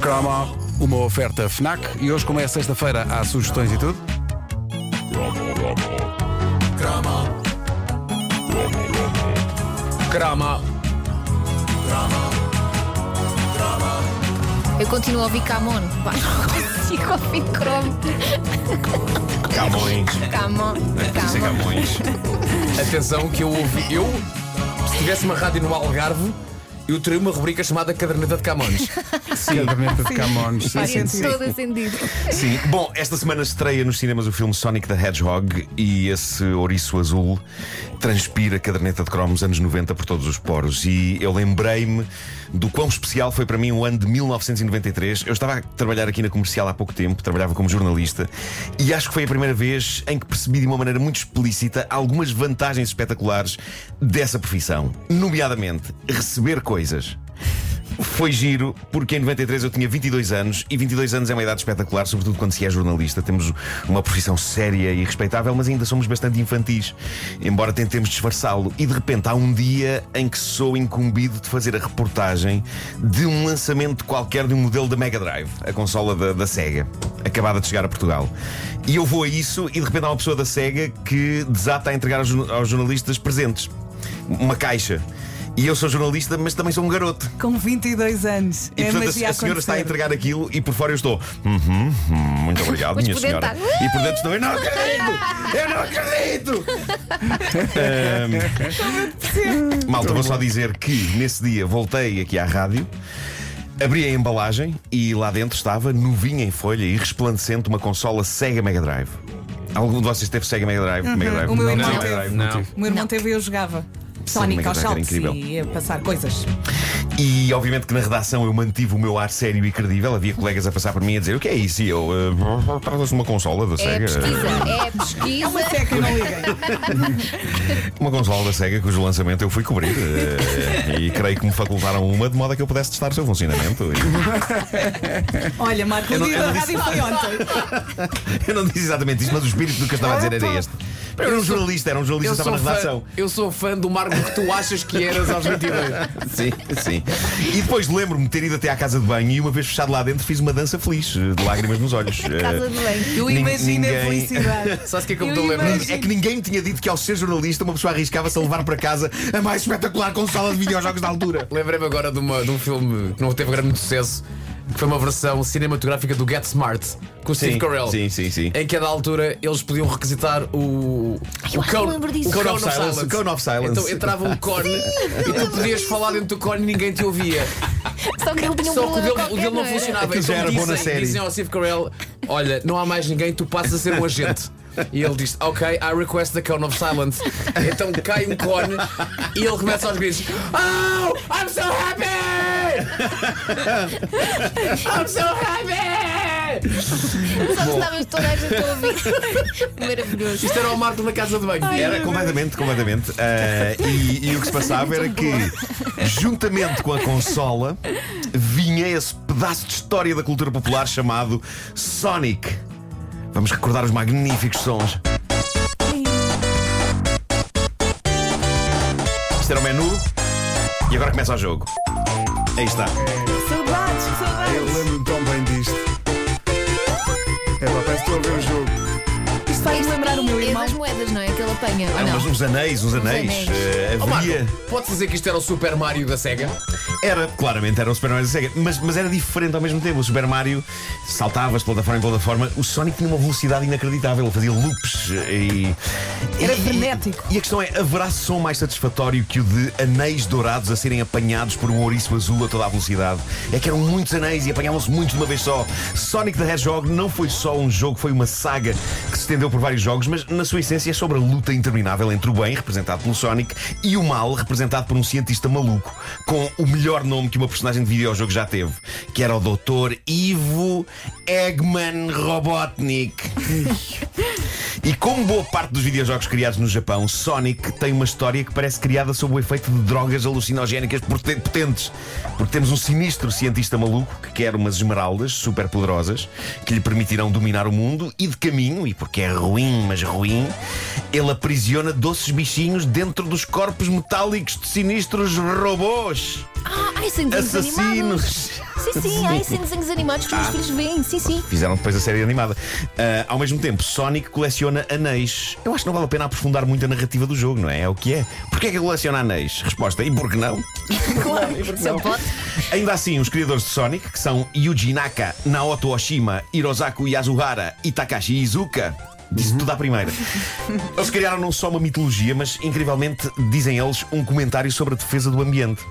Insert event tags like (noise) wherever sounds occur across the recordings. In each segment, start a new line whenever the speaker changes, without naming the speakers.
Cromo, uma oferta FNAC e hoje, como é sexta-feira, há sugestões e tudo.
Crama.
Eu continuo a ouvir Camon. (laughs) Pá, não consigo ouvir Chrome.
Camões.
Camon.
Isso é
Camon.
Camões.
Atenção que eu ouvi. Eu, se tivesse uma rádio no Algarve, eu teria uma rubrica chamada Caderneta de
(laughs)
Camões.
Caderneta de Camões. Sim,
Faz
sim, sim.
todo sentido.
Sim. Bom, esta semana estreia nos cinemas o filme Sonic the Hedgehog e esse ouriço azul transpira a caderneta de cromos anos 90 por todos os poros. E eu lembrei-me do quão especial foi para mim o ano de 1993. Eu estava a trabalhar aqui na comercial há pouco tempo, trabalhava como jornalista, e acho que foi a primeira vez em que percebi de uma maneira muito explícita algumas vantagens espetaculares dessa profissão, nomeadamente receber coisas. Foi giro, porque em 93 eu tinha 22 anos e 22 anos é uma idade espetacular, sobretudo quando se é jornalista. Temos uma profissão séria e respeitável, mas ainda somos bastante infantis, embora tentemos disfarçá-lo. E de repente há um dia em que sou incumbido de fazer a reportagem de um lançamento qualquer de um modelo da Mega Drive, a consola da, da Sega, acabada de chegar a Portugal. E eu vou a isso e de repente há uma pessoa da Sega que desata a entregar aos jorna- aos jornalistas presentes uma caixa. E eu sou jornalista, mas também sou um garoto.
Com 22 anos.
E
é
portanto a-
magia
a, senhora está a
acontecer.
entregar aquilo e por fora eu estou. "Uhum, hum, muito obrigado,
Mas
minha
por dentro
senhora.
está,
E por dentro estou, eu não acredito! Eu não acredito!
(laughs)
Ahm, Malta, vou só dizer que nesse dia voltei aqui à rádio. Abri a embalagem e lá dentro estava, novinha em folha e resplandecente, uma consola Sega Mega Drive. Algum de vocês teve Sega Mega Drive? Mega Drive?
Uhum. O meu
Não,
irmão
Mega
teve.
Drive,
Não.
tive.
O meu irmão teve e eu jogava.
Sim,
Sonic
era
aos saltos
é incrível.
e a passar coisas.
E obviamente que na redação eu mantive o meu ar sério e credível. Havia colegas a passar por mim a dizer: O que é isso? E eu. "Ah, Trata-se de uma consola da
É
Sega.
pesquisa. É pesquisa.
Uma seca, não liguem.
Uma consola da Sega cujo lançamento eu fui cobrir. eh, e creio que me facultaram uma de modo a que eu pudesse testar o seu funcionamento. E
Olha, Marco,
Eu
o
não-
dia
eu
da
não
rádio foi ontem.
eu não disse exatamente isto, mas o espírito do que eu estava a dizer era este. Eu era um jornalista, era um jornalista, estava na redação.
fã, eu sou fã do Marco que tu achas que eras aos 22.
Sim, sim. E depois lembro-me de ter ido até à casa de banho e uma vez fechado lá dentro fiz uma dança feliz, eh, de lágrimas nos olhos. Eh,
Casa de bem.
Eu
Nin-
imagino a
ninguém- (laughs)
felicidade.
Sabe o que é que eu
Eu
me lembro?
imagino.
É que ninguém me tinha dito que ao ser jornalista uma pessoa arriscava-se a levar para casa a mais espetacular consola de videojogos da altura.
Lembrei-me agora de, uma- de um filme que não teve grande sucesso, que foi uma versão cinematográfica do Get Smart, com o Steve Carell.
sim, sim, sim.
Em que a dada altura eles podiam requisitar o.
eu
o
acho que me lembro disso.
o
Cone of Silence, o Cone of Silence.
Então entrava um cone e tu podias falar dentro do cone e ninguém te ouvia.
Só que ele tinha um
Só que o
problema
dele, o
qualquer,
dele não é?
era?
funcionava. Então
Aquilo já era bom
dizem,
na série.
dizem ao Steve Carell: Olha, não há mais ninguém, tu passas a ser um agente. E ele diz: Ok, I request the cone of silence. Então cai um cone e ele começa aos gritos: Oh, I'm so happy! I'm so happy!
Só que estavas toda a gente a ouvir. Maravilhoso.
Isto era o Marco na casa de banho.
Era completamente, completamente. Ah, e, e o que se passava era que, juntamente com a consola, vinha esse pedaço de história da cultura popular chamado Sonic. Vamos recordar os magníficos sons. Isto era o menu. E agora começa o jogo. Aí está.
Saudades,
Eu
saudades.
lembro-me tão bem disto. É, pá, parece que estou a ver o jogo.
Isto faz-me lembrar o meu
É
irmão.
das moedas, não é? Que ele apanha. ou
Ah, mas
não?
uns anéis, uns anéis.
anéis.
Eh,
Oh, Marco,
havia.
podes dizer que isto era o Super Mario da SEGA?
Era, claramente, era o Super Mario da Sega, mas, mas era diferente ao mesmo tempo. O Super Mario saltava de plataforma em plataforma, o Sonic tinha uma velocidade inacreditável, ele fazia loops eh, e.
Era
e-
frenético.
E, a questão é: haverá som mais satisfatório que o de anéis dourados a serem apanhados por um ouriço azul a toda a velocidade? É que eram muitos anéis e apanhavam-se muitos de uma vez só. Sonic the Hedgehog não foi só um jogo, foi uma saga que se estendeu por vários jogos, mas na sua essência é sobre a luta interminável entre o bem, representado pelo Sonic, e o mal, representado por um cientista maluco, com o melhor nome que uma personagem de videojogo já teve, que era o Dr. Ivo Eggman Robotnik. E como boa parte dos videojogos criados no Japão, Sonic tem uma história que parece criada sob o efeito de drogas alucinogénicas porte- potentes. Porque temos um sinistro cientista maluco que quer umas esmeraldas super poderosas que lhe permitirão dominar o mundo e de caminho, e porque é ruim, mas ruim, ele aprisiona doces bichinhos dentro dos corpos metálicos de sinistros robôs
Ah, ai, sentimos animados.
assassinos.
Sim, sim, há esses desenhos animados que os
Ah.
meus filhos veem. Sim,
(laughs)
sim.
Fizeram depois a série animada. Ah, ao mesmo tempo, Sonic coleciona anéis. Eu acho que não vale a pena aprofundar muito a narrativa do jogo, não é? É o que é. Porquê é que ele coleciona anéis? Resposta: e por que não?
Claro.
é
Se eu pode.
Ainda assim, os criadores de Sonic, que são Yuji Naka, Naoto Oshima, Hirozaku Yasuhara e Takashi Iizuka. Disse tudo à primeira. Eles criaram não só uma mitologia, mas incrivelmente, dizem eles, um comentário sobre a defesa do ambiente.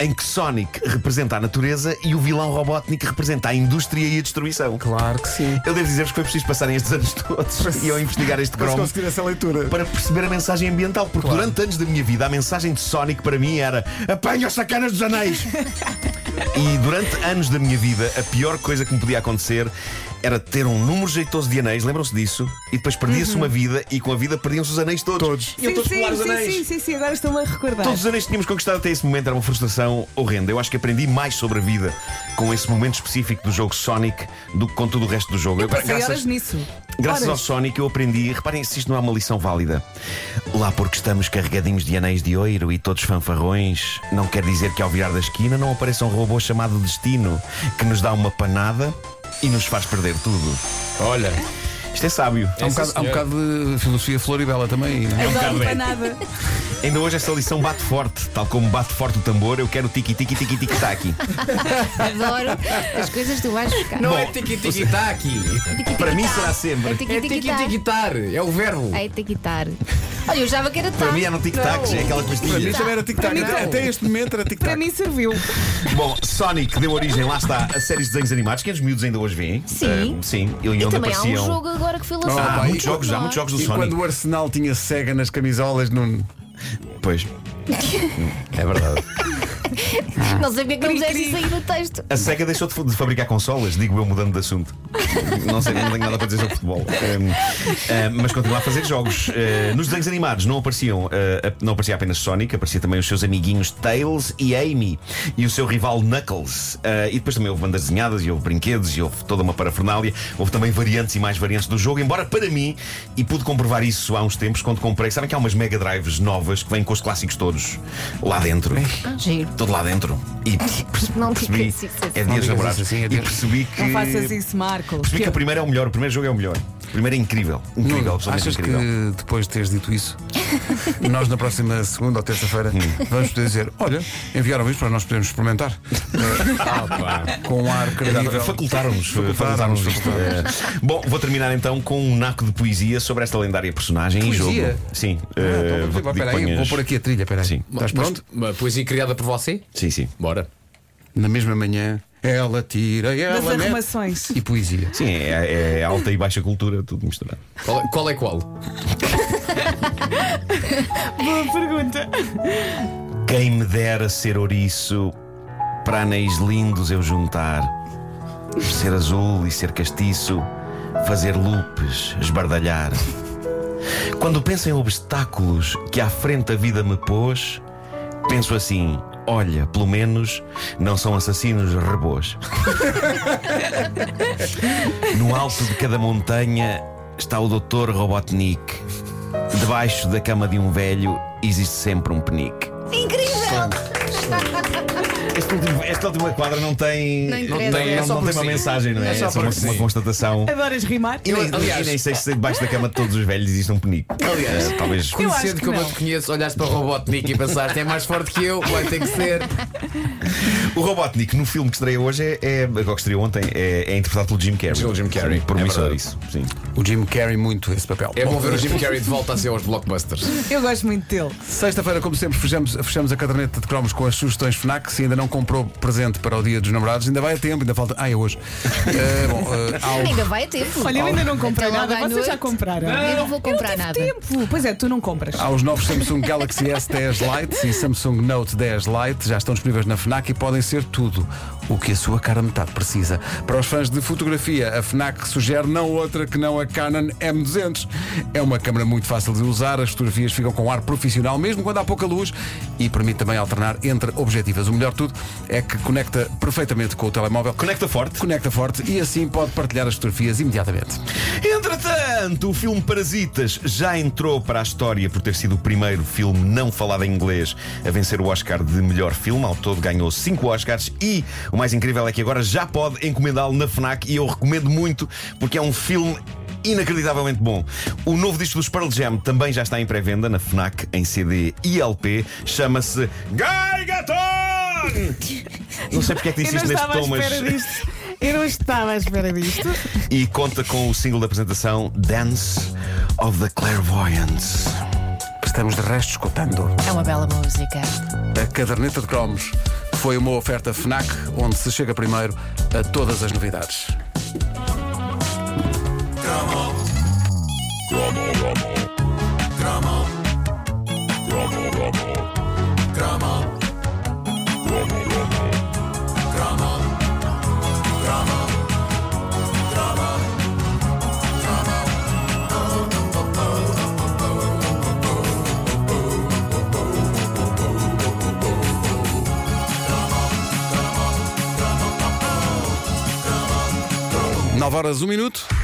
Em que Sonic representa a natureza e o vilão Robotnik representa a indústria e a destruição.
Claro que sim.
Eu devo dizer-vos que foi preciso passarem estes anos todos e eu investigar este
Mas
cromo
conseguir essa leitura.
para perceber a mensagem ambiental, porque durante anos da minha vida a mensagem de Sonic para mim era apanha os sacanas
(laughs)
dos anéis. e durante anos da minha vida a pior coisa que me podia acontecer era ter um número jeitoso de anéis, lembram-se disso? E depois perdia-se uma vida e com a vida perdiam-se os anéis todos.
Uhum. Todos.
Eu estou a escolar os
sim,
anéis.
sim, sim, sim, agora estou-me a recordar.
Todos os anéis que tínhamos conquistado até esse momento era uma frustração horrenda. Eu acho que aprendi mais sobre a vida com esse momento específico do jogo Sonic do que com todo o resto do jogo. Eu, um
Passei
graças-
horas nisso.
Graças ao
horas.
Sonic eu aprendi, reparem se isto não é uma lição válida. Lá porque estamos carregadinhos de anéis de oiro e todos fanfarrões, não quer dizer que ao virar da esquina não apareça um robô chamado Destino que nos dá uma panada e nos faz perder tudo.
Olha,
Isto é sábio.
Há um, bocado, há um bocado de filosofia Floribela também aí, não é?
Adoro
bocado é.
empanada.
Ainda hoje esta lição bate forte, tal como bate forte o tambor, eu quero tiki tiki tiki tiki taki.
Adoro as coisas do vais buscar.
não
Bom,
é tiki-tiki-taki.
Para mim
Tiki-tiki-tá.
será sempre.
É
É
tiki-tiki-tá.
tiki-tiki-tar. É o verbo.
É tiki-tar. Olha, eu já que era
Para mim
tarde.
eram tic-tacs, é aquela
Para mim
pastilha.
também era tic-tac.
Para mim
Até-
não.
Até este momento era tic-tac.
Para mim serviu.
Bom, Sonic deu origem, lá está, a séries de desenhos animados que os miúdos ainda hoje veem.
Sim.
Ah, sim, e onde
E também há um
apareciam.
jogo agora que foi
Ah, há
lançado.
muitos jogos, já, há muitos jogos do
E
Sonic.
quando o Arsenal tinha cega nas camisolas, não.
Pois. É verdade.
Não sabia que não fizeste isso aí no texto.
A SEGA deixou de fa- de fabricar consolas, digo eu mudando de assunto. Não sei, não tenho nada para dizer sobre futebol. Ahm, ah, mas continua a fazer jogos. Ah, nos desenhos animados não apareciam, ah, ap- não aparecia apenas Sonic, aparecia também os seus amiguinhos Tails e Amy e o seu rival Knuckles. Ah, e depois também houve bandas desenhadas, e houve brinquedos, e houve toda uma parafernália, houve também variantes e mais variantes do jogo, embora para mim, e pude comprovar isso há uns tempos quando comprei, sabem que há umas Mega Drives novas que vêm com os clássicos todos lá dentro
Ah, Giro.
todo lá dentro e perce-
Não
percebi
digas isso, isso.
é
Não
dia
digas
dos namorados
isso, sim, é
e
dia-
percebi que
Não faças isso, Marco.
percebi que o primeiro é o melhor, o primeiro jogo é o melhor. O primeiro é incrível, incrível,
Nuno,
absolutamente
achas
incrível.
que depois de teres dito isso, nós na próxima segunda ou terça-feira vamos poder dizer: olha, enviaram isto para nós podermos experimentar (laughs) com um ar
Exato,
credível.
Facultaram-nos.
Facultaram-nos,
facultaram-nos isto.
(laughs)
Eh, Bom, vou terminar então com um naco de poesia sobre esta lendária personagem e jogo.
Poesia?
Sim. eh,
Ah, então, vou-
vou pedir que
Espera aí, vou
ponhas-
pôr aqui a trilha. Espera aí.
Sim.
Estás
Mas
pronto?
pronto, Uma poesia criada por você?
Sim, sim.
Bora.
Na mesma manhã, ela tira,
Das
ela mete
arrumações.
e poesia.
Sim, é, é alta e baixa cultura, tudo misturado.
Qual, qual é qual?
Boa pergunta.
Quem me dera ser ouriço Para anéis lindos eu juntar Ser azul e ser castiço Fazer lupes, esbardalhar Quando penso em obstáculos Que à frente a vida me pôs Penso assim Olha, pelo menos não são assassinos rebôs (laughs) No alto de cada montanha Está o doutor Robotnik Debaixo da cama de um velho Existe sempre um penique este último, esta última quadra não tem.
Não
Não,
interessa.
tem,
É
não-
só
não tem
porque
uma
sim.
mensagem, não é?
É
É
só
só uma,
porque sim.
uma constatação.
Adoras rimar?
E nem,
aliás-
e nem sei se debaixo da cama de todos os velhos existe um penico.
Aliás.
Eh, talvez.
Eu acho
Conhecendo
que
como
não.
eu te conheço, olhaste para o Robotnik e pensaste é mais forte que eu, vai ter que ser.
O Robotnik no filme que estreia hoje é. é agora que estreou ontem, é, é interpretado pelo Jim Carrey.
Pelo Jim Carrey.
Sim, promissor
É verdade.
isso. Sim.
O Jim Carrey muito esse papel.
É bom ver o Jim Carrey de volta a ser aos blockbusters.
Eu gosto muito dele.
Sexta-feira, como sempre, fechamos, fechamos a caderneta de cromos com as sugestões FNAC. Se ainda não comprou presente para o Dia dos Namorados, ainda vai a tempo, ainda falta. Ah, é hoje. (laughs) Eh, bom, eh,
(laughs)
há o-
Ainda vai a tempo.
Olha, eu
Oh.
ainda não comprei
Até
nada.
logo Então, à
Vocês já
noite.
compraram?
Eu não vou comprar
Tive
nada.
tempo. Pois é, tu não compras.
Há os novos Samsung Galaxy S10 Lite e Samsung Note 10 Lite já estão disponíveis na FNAC e podem ser tudo o que a sua cara metade precisa. Para os fãs de fotografia, a FNAC sugere não outra que não a Canon M200. É uma câmera muito fácil de usar, as fotografias ficam com ar profissional mesmo quando há pouca luz e permite também alternar entre objetivas. O melhor de tudo é que conecta perfeitamente com o telemóvel.
Conecta forte.
Conecta forte e assim pode partilhar as fotografias imediatamente.
Entretanto, o filme Parasitas já entrou para a história por ter sido o primeiro filme não falado em inglês a vencer o Oscar de melhor filme. Ao todo ganhou 5 Oscars e, o mais mais incrível é que agora já pode encomendá-lo na FNAC e eu recomendo muito porque é um filme inacreditavelmente bom. O novo disco dos Pearl Jam também já está em pré-venda na FNAC, em CD e LP. Chama-se
(laughs)
Gaigaton! Não sei porque é que
Eu não
disse isto neste
estava à
tom, mas...
espera disto. Eu não estava à espera disto.
E conta com o single da apresentação Dance of the Clairvoyants.
Estamos de resto escutando
É uma bela música.
a caderneta de cromos. Foi uma oferta FNAC, onde se chega primeiro a todas as novidades. Nove horas, um minuto.